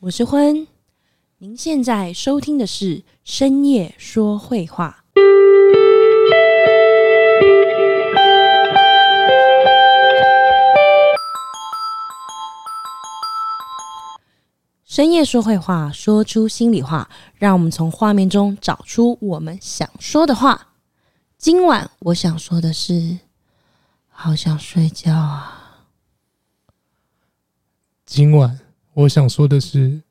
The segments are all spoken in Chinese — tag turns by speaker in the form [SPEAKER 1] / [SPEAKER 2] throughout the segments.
[SPEAKER 1] 我是欢。您现在收听的是《深夜说会话》。深夜说会话，说出心里话，让我们从画面中找出我们想说的话。今晚我想说的是，好想睡觉啊！
[SPEAKER 2] 今晚我想说的是，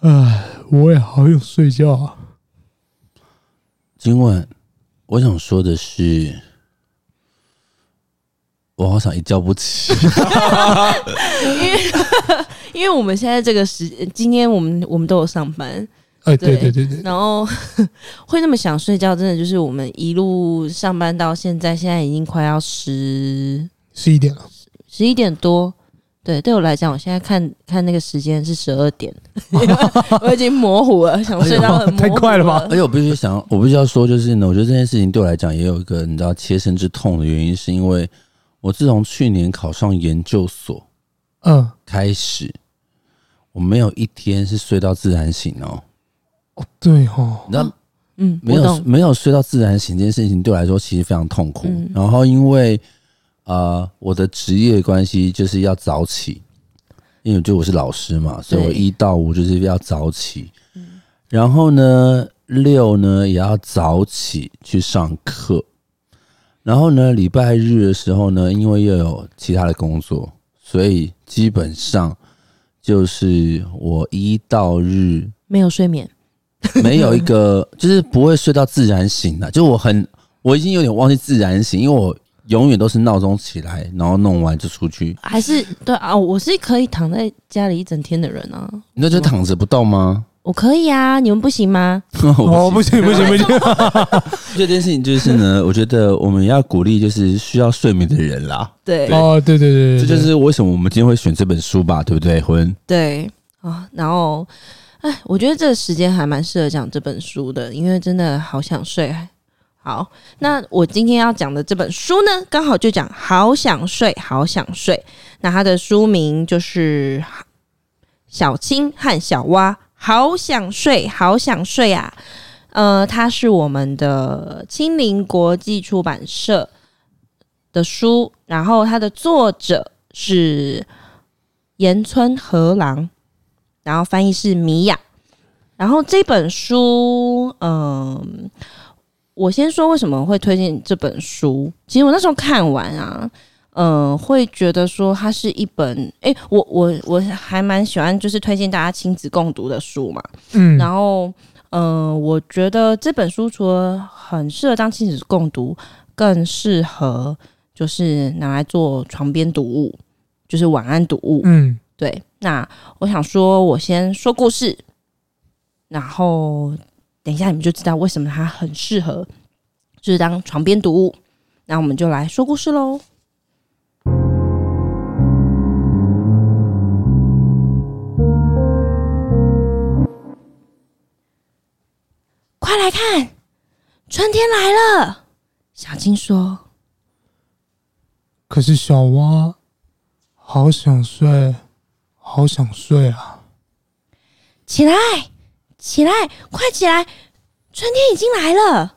[SPEAKER 2] 唉，我也好想睡觉啊。
[SPEAKER 3] 今晚我想说的是，我好想一觉不起。
[SPEAKER 1] 因为我们现在这个时，今天我们我们都有上班，
[SPEAKER 2] 哎，
[SPEAKER 1] 对
[SPEAKER 2] 对对对对，
[SPEAKER 1] 然后 会那么想睡觉，真的就是我们一路上班到现在，现在已经快要十
[SPEAKER 2] 十一点了，
[SPEAKER 1] 十一点多。对，对我来讲，我现在看看那个时间是十二点， 我已经模糊了，想睡到很模糊
[SPEAKER 2] 哎太快了吧
[SPEAKER 3] 而且我必须想，我必须要说，就是呢，我觉得这件事情对我来讲也有一个你知道切身之痛的原因，是因为我自从去年考上研究所
[SPEAKER 2] 嗯，
[SPEAKER 3] 开始，我没有一天是睡到自然醒哦。
[SPEAKER 2] 哦对哦，
[SPEAKER 3] 你知道
[SPEAKER 1] 嗯，
[SPEAKER 3] 没
[SPEAKER 1] 我
[SPEAKER 3] 有
[SPEAKER 1] 懂，
[SPEAKER 3] 没有睡到自然醒这件事情对我来说其实非常痛苦。
[SPEAKER 1] 嗯
[SPEAKER 3] 然后因为呃我的职业关系就是要早起，因为就我是老师嘛，所以我
[SPEAKER 1] 对嗯
[SPEAKER 3] 一到五就是要早起。然后呢，六呢也要早起去上课。然后呢，礼拜日的时候呢，因为又有其他的工作，所以基本上就是我一到日
[SPEAKER 1] 没有睡眠，
[SPEAKER 3] 没有一个，就是不会睡到自然醒的。就我很，我已经有点忘记自然醒，因为我永远都是闹钟起来，然后弄完就出去。
[SPEAKER 1] 还是对啊，我是可以躺在家里一整天的人啊，
[SPEAKER 3] 那就躺着不动吗？
[SPEAKER 1] 我可以啊，你们不行吗？
[SPEAKER 2] 哦
[SPEAKER 3] 我
[SPEAKER 2] 不行不行不行，
[SPEAKER 3] 不这件事情就是 呢，我觉得我们要鼓励就是需要睡眠的人啦。
[SPEAKER 1] 对
[SPEAKER 2] 哦对对对
[SPEAKER 3] 这
[SPEAKER 2] 对，
[SPEAKER 3] 就
[SPEAKER 2] 对
[SPEAKER 3] 是为什么我们今天会选这本书吧，对不对？婚
[SPEAKER 1] 对啊，然后，哎，我觉得这个时间还蛮适合讲这本书的，因为真的好想睡。好，那我今天要讲的这本书呢，刚好就讲《好想睡，好想睡》。那它的书名就是《小青和小蛙》，好想睡，好想睡啊！呃，它是我们的青林国际出版社的书，然后它的作者是岩村和郎，然后翻译是米娅。然后这本书，嗯，我先说为什么会推荐这本书。其实我那时候看完啊，嗯，会觉得说它是一本，诶，我我我还蛮喜欢，就是推荐大家亲子共读的书嘛。
[SPEAKER 2] 嗯，
[SPEAKER 1] 然后，呃，我觉得这本书除了很适合当亲子共读，更适合就是拿来做床边读物，就是晚安读物。
[SPEAKER 2] 嗯，
[SPEAKER 1] 对，那我想说，我先说故事，然后等一下你们就知道为什么它很适合，就是当床边读物。那我们就来说故事喽。快来看，春天来了！小金说
[SPEAKER 2] 可是小蛙好想睡，好想睡啊，：“
[SPEAKER 1] 起来，起来，快起来！春天已经来了。”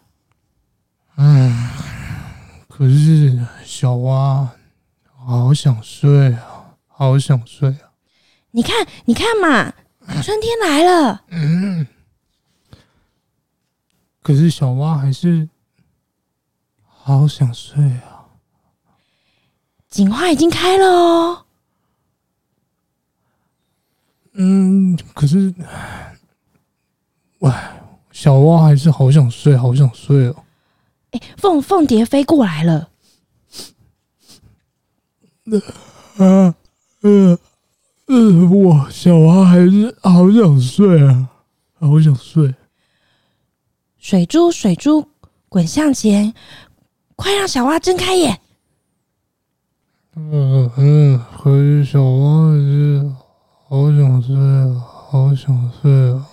[SPEAKER 2] 可是小蛙好想睡啊，好想睡啊，
[SPEAKER 1] 你看，你看嘛，春天来了，
[SPEAKER 2] 可是小蛙还是好想睡啊。
[SPEAKER 1] 锦花已经开了哦。
[SPEAKER 2] 嗯，可是，喂，小蛙还是好想睡，好想睡哦。
[SPEAKER 1] 哎，凤凤蝶飞过来了，
[SPEAKER 2] 啊，呃，呃，我小蛙还是好想睡啊，好想睡。
[SPEAKER 1] 水珠水珠滚向前，快让小蛙睁开眼。
[SPEAKER 2] 嗯嗯，可是小蛙还是好想睡啊，好想睡啊。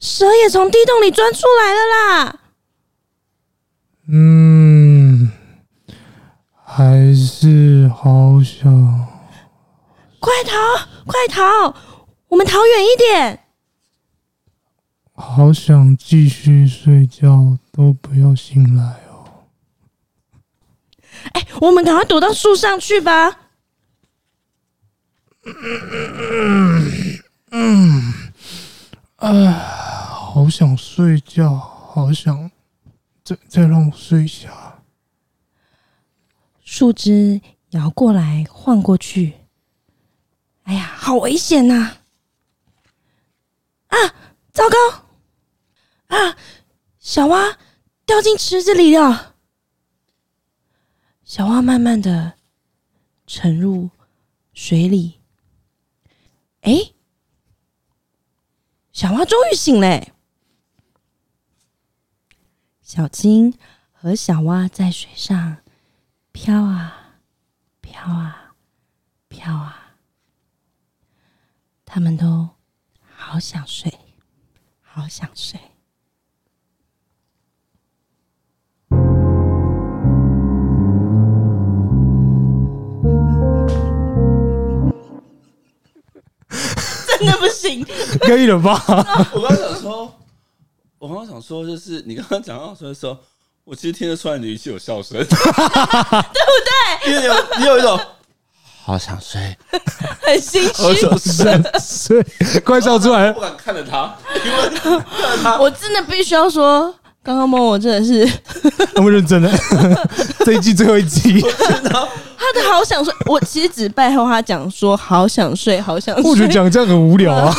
[SPEAKER 1] 蛇也从地洞里钻出来了啦！
[SPEAKER 2] 嗯，还是好想。
[SPEAKER 1] 快逃，快逃！我们逃远一点。
[SPEAKER 2] 好想继续睡觉，都不要醒来哦。
[SPEAKER 1] 哎、我们赶快躲到树上去吧。
[SPEAKER 2] 好想睡觉，好想再再让我睡一下。
[SPEAKER 1] 树枝摇过来晃过去，哎呀，好危险呐、啊！糟糕！啊，小蛙掉进池子里了。小蛙慢慢的沉入水里。哎，小蛙终于醒了欸。小青和小蛙在水上飘啊飘啊飘啊，他们都好想睡，好想睡。真的不行，
[SPEAKER 2] 可以了吧？
[SPEAKER 3] 我刚想说，我刚想说，就是你刚刚讲到说的时候，我其实听得出来你语气有笑 声， 对不对？因为你有你有一种好想睡，
[SPEAKER 1] 很心
[SPEAKER 3] 好
[SPEAKER 1] 虚。
[SPEAKER 3] 想睡，
[SPEAKER 2] 睡，快笑出来
[SPEAKER 3] 不
[SPEAKER 2] 了！
[SPEAKER 3] 敢看着他，因为看着他
[SPEAKER 1] 我真的必须要说，刚刚摸我真的是
[SPEAKER 2] 那么认 真的，这一季最后一集，
[SPEAKER 1] 他的好想睡。我其实只拜后他讲说好想睡，好想
[SPEAKER 2] 我觉
[SPEAKER 1] 睡
[SPEAKER 2] 得。讲这样很无聊啊。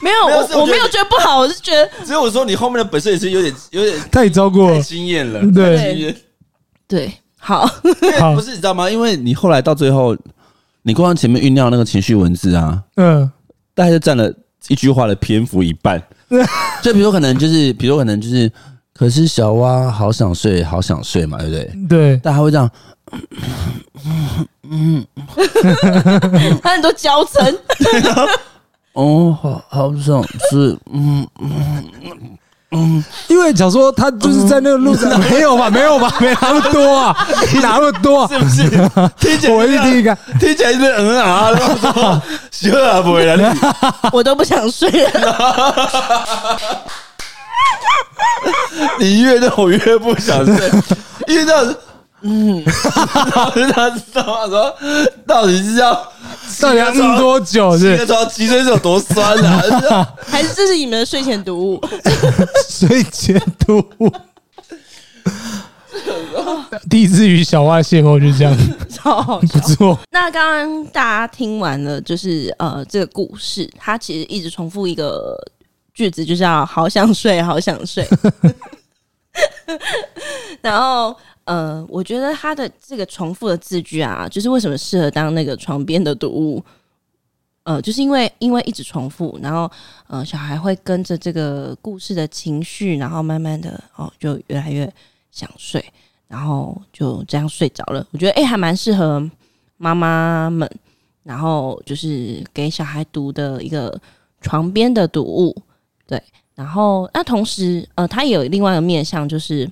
[SPEAKER 1] 没有，
[SPEAKER 3] 没有是
[SPEAKER 1] 我
[SPEAKER 3] 我
[SPEAKER 1] 我
[SPEAKER 3] 觉得
[SPEAKER 1] 没有觉得不好，我是觉得
[SPEAKER 3] 只有我说你后面的本身也是有点有点
[SPEAKER 2] 太超过
[SPEAKER 3] 太
[SPEAKER 2] 了，
[SPEAKER 3] 惊艳了，
[SPEAKER 2] 对
[SPEAKER 3] 太惊艳。
[SPEAKER 1] 对 好。
[SPEAKER 3] 因为
[SPEAKER 2] 好
[SPEAKER 3] 不是你知道吗？因为你后来到最后，你光前面酝酿那个情绪文字啊，
[SPEAKER 2] 嗯，
[SPEAKER 3] 大概就占了一句话的篇幅一半。就比如可能就是，比如可能就是，可是小蛙好想睡，好想睡嘛，对不对？
[SPEAKER 2] 对，
[SPEAKER 3] 但他会这样，
[SPEAKER 1] 他很多娇嗔，
[SPEAKER 3] 哦，好好想睡，嗯，
[SPEAKER 2] 因为想说他就是在那个路上，没有吧，没有吧，嗯 没那么多 啊，哪那么多啊？
[SPEAKER 3] 是不是？ 听起来
[SPEAKER 2] 我是第一个，
[SPEAKER 3] 听起来就是嗯啊，然后说 小啊不会了，你
[SPEAKER 1] 我都不想睡 了。
[SPEAKER 3] 你越弄我越不想睡，因为这样子。嗯，然后就这样子，他妈说，到底是要
[SPEAKER 2] 到底要摁多 久
[SPEAKER 3] 那个
[SPEAKER 2] 是？
[SPEAKER 3] 时候脊椎是有多酸啊？就是
[SPEAKER 1] 还是这是你们的睡前读物？
[SPEAKER 2] 睡前读 物。第一次与小蛙邂逅就这样，
[SPEAKER 1] 超好
[SPEAKER 2] 不
[SPEAKER 1] 笑。
[SPEAKER 2] 错。
[SPEAKER 1] 那刚刚大家听完了，就是呃，这个故事，它其实一直重复一个句子，就叫“好想睡，好想睡” 。然后呃，我觉得它的这个重复的字句啊，就是为什么适合当那个床边的读物。呃，就是因为因为一直重复，然后呃，小孩会跟着这个故事的情绪，然后慢慢的哦，就越来越想睡，然后就这样睡着了。我觉得哎、诶还蛮适合妈妈们，然后就是给小孩读的一个床边的读物，对。然后那同时，呃，它也有另外一个面向，就是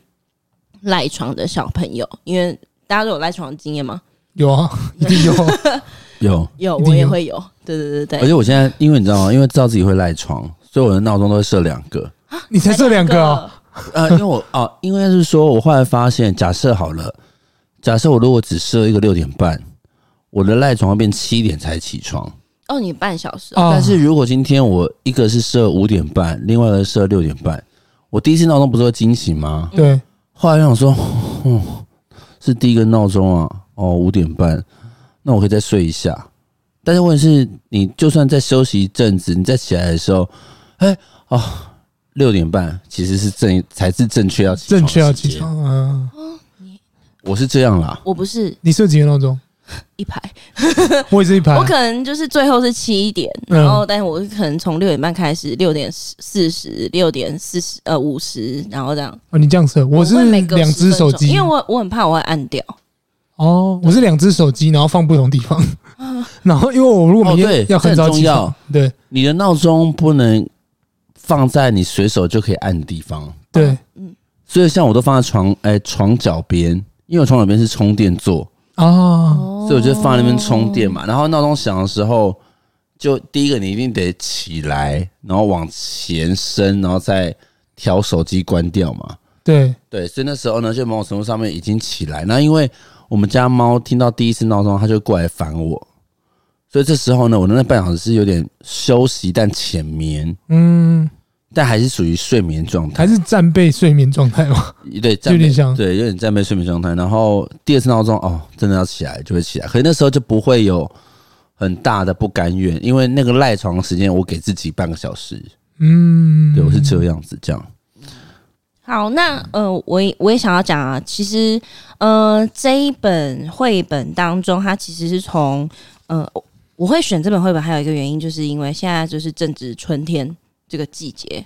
[SPEAKER 1] 赖床的小朋友，因为大家都有赖床的经验吗？
[SPEAKER 2] 有 啊，一定有。
[SPEAKER 3] 有，
[SPEAKER 1] 有，
[SPEAKER 2] 一定
[SPEAKER 1] 我也
[SPEAKER 2] 有
[SPEAKER 1] 会有。对对对
[SPEAKER 3] 而
[SPEAKER 1] 对，
[SPEAKER 3] 且我现在因为你知道吗？因为知道自己会赖床，所以我的闹钟都会设两个。
[SPEAKER 2] 你才这两个哦，
[SPEAKER 3] 呃，因为我啊，因为是说我后来发现，假设好了，假设我如果只设一个六点半，我的赖床会变七点才起床。
[SPEAKER 1] 哦，你半小时哦，
[SPEAKER 2] 啊
[SPEAKER 3] 但是如果今天我一个是设五点半，另外一个设六点半，我第一次闹钟不是会惊醒吗？
[SPEAKER 1] 嗯
[SPEAKER 2] 对，
[SPEAKER 3] 后来想说，嗯，是第一个闹钟啊，哦，五点半，那我可以再睡一下。但是问题是，你就算再休息一阵子，你再起来的时候，哎、哦，六点半其实是正才是正确要起床
[SPEAKER 2] 正
[SPEAKER 3] 的时
[SPEAKER 2] 确
[SPEAKER 3] 间
[SPEAKER 2] 要起。床啊。
[SPEAKER 3] 我是这样啦，
[SPEAKER 1] 我不是
[SPEAKER 2] 你设几个闹钟？
[SPEAKER 1] 一排，
[SPEAKER 2] 我也是一排
[SPEAKER 1] 我。可能就是最后是七点，
[SPEAKER 2] 啊嗯
[SPEAKER 1] 然后但是我可能从六点半开始，六点四十、六点四十呃五十，然后这样。
[SPEAKER 2] 哦，你这样设，我是
[SPEAKER 1] 会每隔
[SPEAKER 2] 两只
[SPEAKER 1] 10分
[SPEAKER 2] 手
[SPEAKER 1] 钟
[SPEAKER 2] 机，
[SPEAKER 1] 因为我我很怕我会按掉。
[SPEAKER 2] 哦，我是两只手机，然后放不同地方。
[SPEAKER 1] 啊
[SPEAKER 2] 然后因为我如果
[SPEAKER 3] 哦
[SPEAKER 2] 明
[SPEAKER 3] 对
[SPEAKER 2] 天要很
[SPEAKER 3] 这很
[SPEAKER 2] 早
[SPEAKER 3] 重
[SPEAKER 2] 起床，对
[SPEAKER 3] 你的闹钟不能放在你随手就可以按的地方，
[SPEAKER 2] 对
[SPEAKER 3] 所以像我都放在床哎、床脚边，因为我床脚边是充电座，
[SPEAKER 1] 哦
[SPEAKER 2] 啊，
[SPEAKER 3] 所以我就放在那边充电嘛。然后闹钟响的时候，就第一个你一定得起来，然后往前伸，然后再调手机关掉嘛。
[SPEAKER 2] 对，
[SPEAKER 3] 对，所以那时候呢，就某种程度上面已经起来。那因为我们家猫听到第一次闹钟，它就过来烦我，所以这时候呢，我的那半小时是有点休息但浅眠，
[SPEAKER 2] 嗯，
[SPEAKER 3] 但还是属于睡眠状
[SPEAKER 2] 还。
[SPEAKER 3] 态
[SPEAKER 2] 是战备睡眠状态嘛。
[SPEAKER 3] 对，
[SPEAKER 2] 有点像
[SPEAKER 3] 对，有点战备睡眠状态。然后第二次闹钟，哦，真的要起来就会起来，可是那时候就不会有很大的不甘愿，因为那个赖床时间我给自己半个小时，
[SPEAKER 2] 嗯，
[SPEAKER 3] 对我是这样子这样。
[SPEAKER 1] 好，那呃，我也我也想要讲啊，其实呃，这一本绘本当中，它其实是从呃，我我会选这本绘本，还有一个原因，就是因为现在就是正值春天这个季节，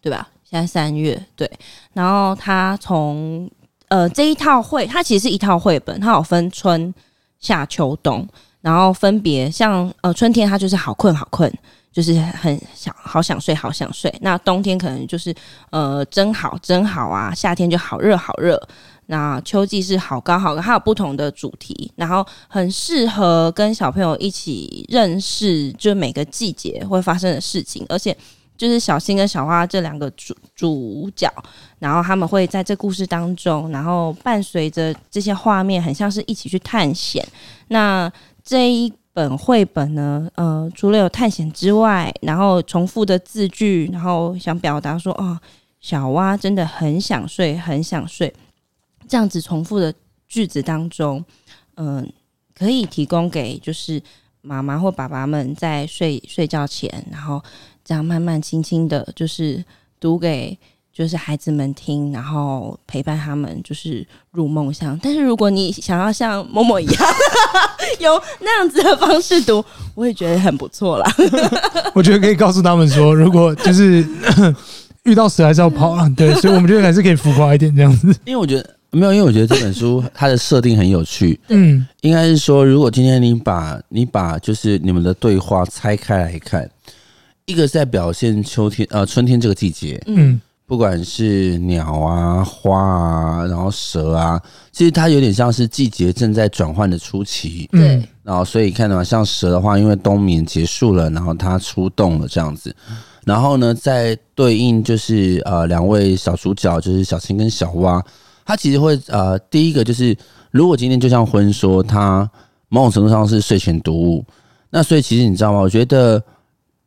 [SPEAKER 1] 对吧？现在三月，对。然后它从呃这一套绘，它其实是一套绘本，它有分春夏秋冬，然后分别像呃春天，它就是好困好困，就是很想好想睡好想睡。那冬天可能就是呃，真好真好啊，夏天就好热好热。那秋季是好高好高，它有不同的主题，然后很适合跟小朋友一起认识，就每个季节会发生的事情，而且就是小新跟小花这两个主主角，然后他们会在这故事当中，然后伴随着这些画面，很像是一起去探险。那这一本绘本呢，呃，除了有探险之外，然后重复的字句，然后想表达说，哦，小蛙真的很想睡，很想睡。这样子重复的句子当中，嗯、可以提供给就是妈妈或爸爸们在睡睡觉前，然后这样慢慢轻轻的，就是读给就是孩子们听，然后陪伴他们就是入梦乡。但是如果你想要像默默一样 用那样子的方式读，我也觉得很不错啦。
[SPEAKER 2] 我觉得可以告诉他们说，如果就是 遇到蛇还是要跑啊。对，所以我们觉得还是可以浮夸一点这样子。
[SPEAKER 3] 因为我觉得没有，因为我觉得这本书它的设定很有趣，
[SPEAKER 2] 嗯，
[SPEAKER 3] 应该是说，如果今天你把你把就是你们的对话拆开来看，一个是在表现秋天呃春天这个季节，
[SPEAKER 2] 嗯，
[SPEAKER 3] 不管是鸟啊、花啊，然后蛇啊，其实它有点像是季节正在转换的初期。
[SPEAKER 1] 对
[SPEAKER 2] 嗯，
[SPEAKER 3] 然后所以看到像蛇的话，因为冬眠结束了，然后它出洞了这样子。然后呢，在对应就是呃两位小主角，就是小青跟小蛙，他其实会呃第一个就是，如果今天就像婚说，他某种程度上是睡前读物。那所以其实你知道吗？我觉得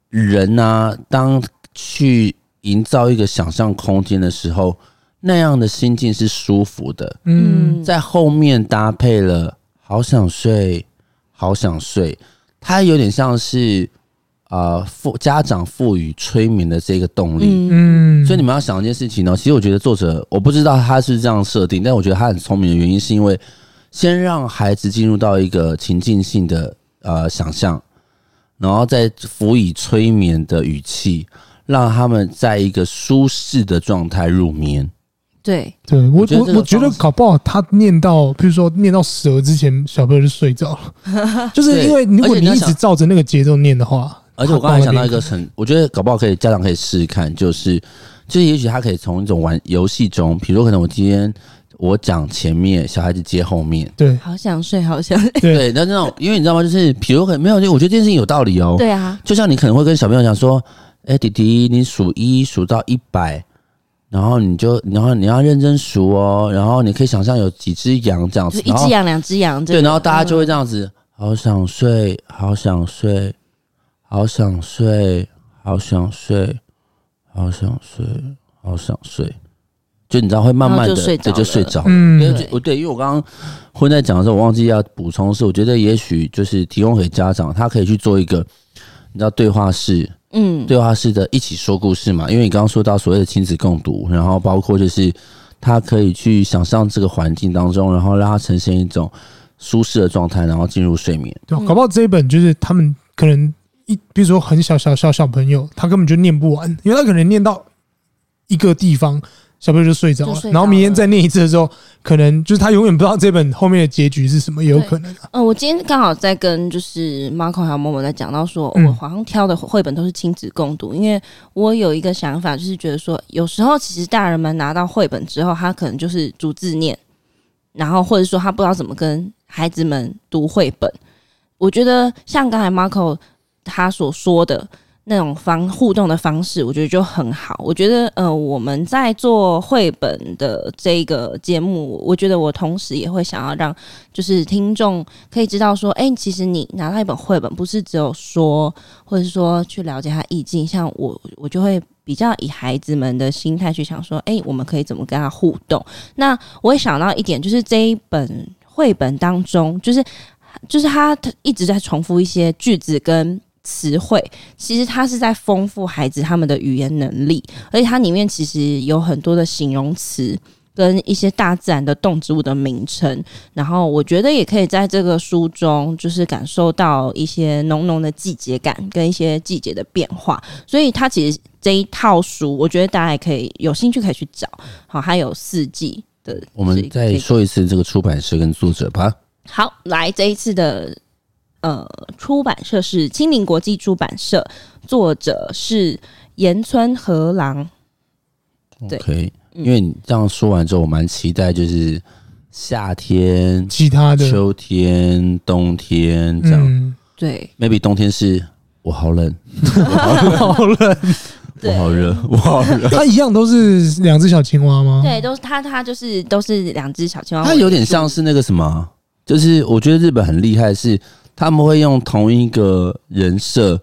[SPEAKER 3] 人啊，当去营造一个想象空间的时候，那样的心境是舒服的。
[SPEAKER 2] 嗯，
[SPEAKER 1] 嗯，
[SPEAKER 3] 在后面搭配了“好想睡，好想睡”，它有点像是呃赋家长赋予催眠的这个动力。
[SPEAKER 1] 嗯
[SPEAKER 2] 嗯，
[SPEAKER 3] 所以你们要想一件事情哦，其实我觉得作者我不知道他是这样设定，但我觉得他很聪明的原因是因为先让孩子进入到一个情境性的呃想象，然后再辅以催眠的语气，让他们在一个舒适的状态入眠。
[SPEAKER 1] 对，
[SPEAKER 2] 对我
[SPEAKER 3] 我觉得这
[SPEAKER 2] 我
[SPEAKER 3] 个
[SPEAKER 2] 我觉得
[SPEAKER 3] 方式
[SPEAKER 2] 搞不好他念到，比如说念到蛇之前，小朋友就睡着了，就是因为
[SPEAKER 3] 对
[SPEAKER 2] 如果
[SPEAKER 3] 而且
[SPEAKER 2] 你
[SPEAKER 3] 你要
[SPEAKER 2] 一
[SPEAKER 3] 想
[SPEAKER 2] 直照着那个节奏念的话，
[SPEAKER 3] 而且我刚才想到一
[SPEAKER 2] 搞
[SPEAKER 3] 个很，我觉得搞不好可以家长可以试试看，就是就是也许他可以从一种玩游戏中，比如说可能我今天我讲前面，小孩子接后面，
[SPEAKER 2] 不好念
[SPEAKER 1] 好想睡，好想睡。
[SPEAKER 2] 对
[SPEAKER 3] 对，那那种因为你知道吗？就是比如可能没有，就我觉得这件事情有道理哦。
[SPEAKER 1] 对啊，
[SPEAKER 3] 就像你可能会跟小朋友讲说，哎、弟弟，你数一数到一百。然后你就，然后你要认真数哦，然后你可以想象有几只羊这样
[SPEAKER 1] 就
[SPEAKER 3] 子，
[SPEAKER 1] 一只羊，两只羊，这
[SPEAKER 3] 哦对，
[SPEAKER 1] 个
[SPEAKER 3] 然后大家就会
[SPEAKER 1] 嗯
[SPEAKER 3] 这样子，好想睡，好想睡，好想睡，好想睡，好想睡，好想睡。就你知道会慢
[SPEAKER 1] 然后
[SPEAKER 3] 慢
[SPEAKER 1] 就
[SPEAKER 3] 的，
[SPEAKER 1] 睡
[SPEAKER 3] 对，
[SPEAKER 1] 着
[SPEAKER 3] 就睡
[SPEAKER 1] 了
[SPEAKER 3] 着了。
[SPEAKER 2] 嗯
[SPEAKER 3] 对
[SPEAKER 1] 对
[SPEAKER 3] 我对，因为我刚刚昏在讲的时候，我忘记要补充是，我觉得也许就是提供给家长，他可以去做一个，你知道对话式，
[SPEAKER 1] 嗯，
[SPEAKER 3] 对话式的一起说故事嘛，因为你刚刚说到所谓的亲子共读，然后包括就是他可以去想象这个环境当中，然后让他呈现一种舒适的状态，然后进入睡眠。
[SPEAKER 2] 对啊
[SPEAKER 1] 嗯
[SPEAKER 2] 搞不好这一本就是他们可能一，比如说很小小小小朋友，他根本就念不完，因为他可能念到一个地方，小朋友就睡着
[SPEAKER 1] 就
[SPEAKER 2] 了
[SPEAKER 1] 睡着，了
[SPEAKER 2] 然后明天再念一次的时候，可能就是他永远不知道这本后面的结局是什么，也有可能
[SPEAKER 3] 嗯
[SPEAKER 2] 啊。
[SPEAKER 1] 呃，我今天刚好在跟就是 Marco 还有默默在讲到说，
[SPEAKER 2] 嗯
[SPEAKER 1] 我好像挑的绘本都是亲子共读，因为我有一个想法，就是觉得说，有时候其实大人们拿到绘本之后，他可能就是逐字念，然后或者说他不知道怎么跟孩子们读绘本。我觉得像刚才 Marco。他所说的那种方互动的方式，我觉得就很好。我觉得呃，我们在做绘本的这个节目，我觉得我同时也会想要让就是听众可以知道说，哎、其实你拿到一本绘本，不是只有说，或者说去了解他意境。像我，我就会比较以孩子们的心态去想说，哎、我们可以怎么跟他互动？那我也想到一点，就是这一本绘本当中，就是就是他一直在重复一些句子跟。词汇其实它是在丰富孩子他们的语言能力，而且它里面其实有很多的形容词跟一些大自然的动植物的名称，然后我觉得也可以在这个书中，就是感受到一些浓浓的季节感跟一些季节的变化。所以它其实这一套书，我觉得大家也可以有兴趣可以去找。好，还有四季的，
[SPEAKER 3] 我们再说一次这个出版社跟作者吧。
[SPEAKER 1] 好，来这一次的呃出版社是青林国际出版社，作者是岩村和郎。对
[SPEAKER 3] OK，因为你这样说完之后，我蛮期待就是夏天、
[SPEAKER 2] 其他的
[SPEAKER 3] 秋天、冬天这样。
[SPEAKER 2] 嗯，
[SPEAKER 1] 对
[SPEAKER 3] Maybe 冬天是我好冷，
[SPEAKER 2] 好了，
[SPEAKER 3] 我
[SPEAKER 1] 对
[SPEAKER 3] 好热，我好热。
[SPEAKER 2] 它一样都是两只小青蛙吗？
[SPEAKER 1] 对，都是他，他就是都是两只小青蛙。
[SPEAKER 3] 它有点像是那个什么，啊就是我觉得日本很厉害，是他们会用同一个人设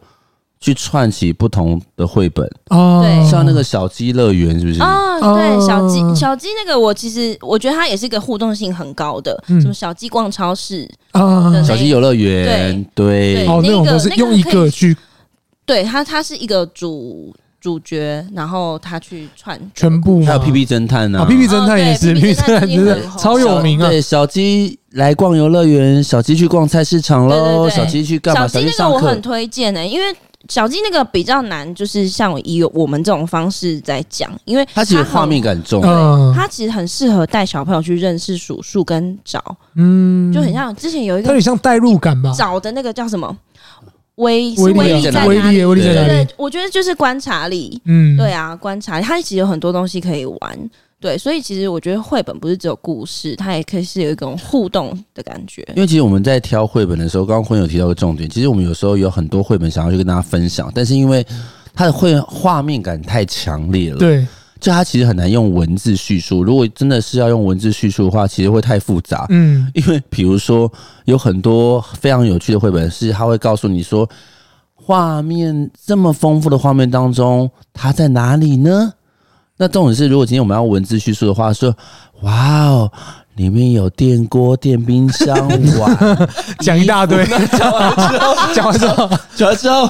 [SPEAKER 3] 去串起不同的绘本，
[SPEAKER 2] 啊，
[SPEAKER 1] 对
[SPEAKER 3] 像那个小鸡乐园是不是？
[SPEAKER 1] 啊、
[SPEAKER 2] 哦
[SPEAKER 1] 对，小鸡小鸡那个，我其实我觉得它也是一个互动性很高的，
[SPEAKER 2] 嗯
[SPEAKER 1] 什么小鸡逛超市，
[SPEAKER 2] 啊，
[SPEAKER 1] 对
[SPEAKER 3] 小鸡游乐园，对
[SPEAKER 1] 对
[SPEAKER 2] 哦，那种
[SPEAKER 1] 那个
[SPEAKER 2] 都是用一个去
[SPEAKER 1] 对它它是一个主主角，然后他去串
[SPEAKER 2] 全部吗，
[SPEAKER 3] 还有屁屁侦探呢、
[SPEAKER 2] 啊，屁屁侦探也是，
[SPEAKER 1] 哦对
[SPEAKER 2] 屁屁
[SPEAKER 1] 屁屁
[SPEAKER 2] 侦
[SPEAKER 1] 侦
[SPEAKER 2] 探
[SPEAKER 1] 探
[SPEAKER 2] 真
[SPEAKER 1] 已
[SPEAKER 2] 的
[SPEAKER 1] 经很
[SPEAKER 2] 超有名啊
[SPEAKER 3] 小，对，小鸡来逛游乐园，小鸡去逛菜市场喽，
[SPEAKER 1] 对对对
[SPEAKER 3] 小鸡去干嘛？小
[SPEAKER 1] 鸡
[SPEAKER 3] 鸡
[SPEAKER 1] 那
[SPEAKER 3] 上
[SPEAKER 1] 个我
[SPEAKER 3] 课
[SPEAKER 1] 很。推荐呢、因为小鸡那个比较难，就是像我以我们这种方式在讲，因为
[SPEAKER 3] 它其实
[SPEAKER 1] 很
[SPEAKER 3] 画面。感重，
[SPEAKER 2] 嗯
[SPEAKER 1] 它其实很适合带小朋友去认识数数跟找，
[SPEAKER 2] 嗯，
[SPEAKER 1] 就很像之前有一
[SPEAKER 2] 它有
[SPEAKER 1] 个
[SPEAKER 2] 点像代入感吧，
[SPEAKER 1] 找的那个叫什么威是
[SPEAKER 2] 威
[SPEAKER 1] 威
[SPEAKER 2] 力
[SPEAKER 1] 力
[SPEAKER 2] 啊
[SPEAKER 1] 在哪
[SPEAKER 2] 威力，
[SPEAKER 1] 里？
[SPEAKER 2] 威力在
[SPEAKER 3] 对
[SPEAKER 2] 哪
[SPEAKER 1] 对
[SPEAKER 2] 里？，
[SPEAKER 1] 我觉得就是观察力，
[SPEAKER 2] 嗯，
[SPEAKER 1] 对啊，观察它其实有很多东西可以玩，对，所以其实我觉得绘本不是只有故事，它也可以是有一种互动的感觉。
[SPEAKER 3] 因为其实我们在挑绘本的时候，刚刚坤有提到个重点，其实我们有时候有很多绘本想要去跟大家分享，但是因为它的绘画面感太强烈了，
[SPEAKER 2] 对，
[SPEAKER 3] 就它其实很难用文字叙述。如果真的是要用文字叙述的话，其实会太复杂。
[SPEAKER 2] 嗯，
[SPEAKER 3] 因为比如说有很多非常有趣的绘本，是它会告诉你说，画面这么丰富的画面当中，它在哪里呢？那重点是，如果今天我们要文字叙述的话，说哇哦，里面有电锅、电冰箱、碗，
[SPEAKER 2] 讲一大堆，
[SPEAKER 3] 讲完之后，
[SPEAKER 2] 讲完之后
[SPEAKER 3] 讲完之后，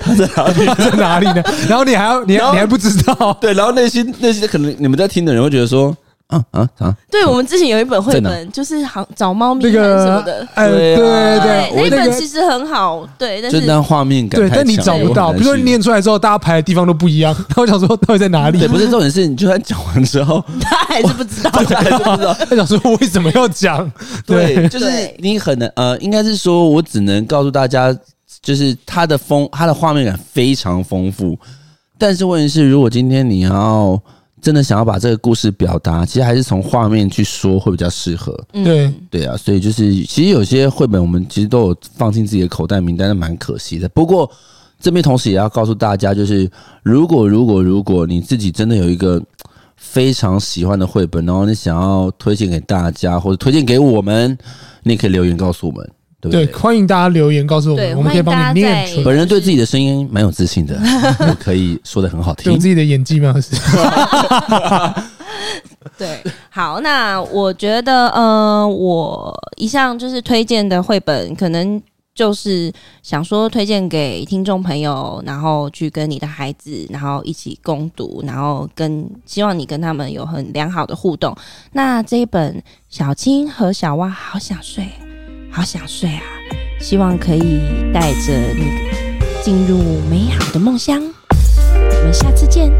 [SPEAKER 3] 它在哪里？
[SPEAKER 2] 在哪里 呢？然后你还要，你
[SPEAKER 3] 然后
[SPEAKER 2] 还你还不知道，
[SPEAKER 3] 对，然后内心内心可能你们在听的人会觉得说，啊啊啊，
[SPEAKER 1] 对，我们之前有一本绘
[SPEAKER 3] 在
[SPEAKER 1] 本，就是好找猫咪
[SPEAKER 2] 那
[SPEAKER 1] 还是什
[SPEAKER 2] 个
[SPEAKER 1] 么的，
[SPEAKER 2] 呃，对
[SPEAKER 3] 对啊
[SPEAKER 2] 对
[SPEAKER 1] 哎那
[SPEAKER 2] 对，
[SPEAKER 1] 一
[SPEAKER 2] 那
[SPEAKER 1] 本
[SPEAKER 2] 个
[SPEAKER 1] 其实很好，对，但
[SPEAKER 3] 就是那画面感
[SPEAKER 2] 对，
[SPEAKER 3] 太强了，
[SPEAKER 2] 但你找不到，
[SPEAKER 3] 我很
[SPEAKER 2] 比如
[SPEAKER 3] 难
[SPEAKER 2] 说你
[SPEAKER 3] 形容
[SPEAKER 2] 念出来之后，大家排的地方都不一样，然后我想说到底在哪里
[SPEAKER 3] 对，？不是重点是，你就算讲 完之后，
[SPEAKER 1] 他还是不知道。
[SPEAKER 3] 还是不知道。
[SPEAKER 2] 啊他想说为什么要讲？
[SPEAKER 3] 对，就是
[SPEAKER 1] 对
[SPEAKER 3] 你很难呃，应该是说我只能告诉大家，就是它的丰，它的画面感非常丰富。但是问题是，如果今天你要真的想要把这个故事表达，其实还是从画面去说会比较适合。
[SPEAKER 1] 嗯
[SPEAKER 2] 对，
[SPEAKER 3] 对啊，所以就是其实有些绘本我们其实都有放进自己的口袋名单，但蛮可惜的。不过这边同时也要告诉大家，就是如果如果如果你自己真的有一个非常喜欢的绘本，然后你想要推荐给大家或者推荐给我们，你也可以留言告诉我们，对不
[SPEAKER 2] 对，
[SPEAKER 3] 对？
[SPEAKER 2] 欢迎大家留言告诉我
[SPEAKER 1] 对
[SPEAKER 2] 们，我们可以
[SPEAKER 1] 欢迎
[SPEAKER 2] 帮你
[SPEAKER 1] 大家
[SPEAKER 2] 念
[SPEAKER 1] 在
[SPEAKER 2] 出来。
[SPEAKER 3] 本人对自己的声音蛮有自信的，我可以说的很好
[SPEAKER 2] 对
[SPEAKER 3] 听
[SPEAKER 2] 我。自己的演技吗？是
[SPEAKER 1] 对，好，那我觉得，呃，我一向就是推荐的绘本，可能就是想说推荐给听众朋友，然后去跟你的孩子，然后一起共读，然后跟希望你跟他们有很良好的互动。那这一本《小青和小蛙好想睡，好想睡啊》，希望可以带着你进入美好的梦乡。我们下次见，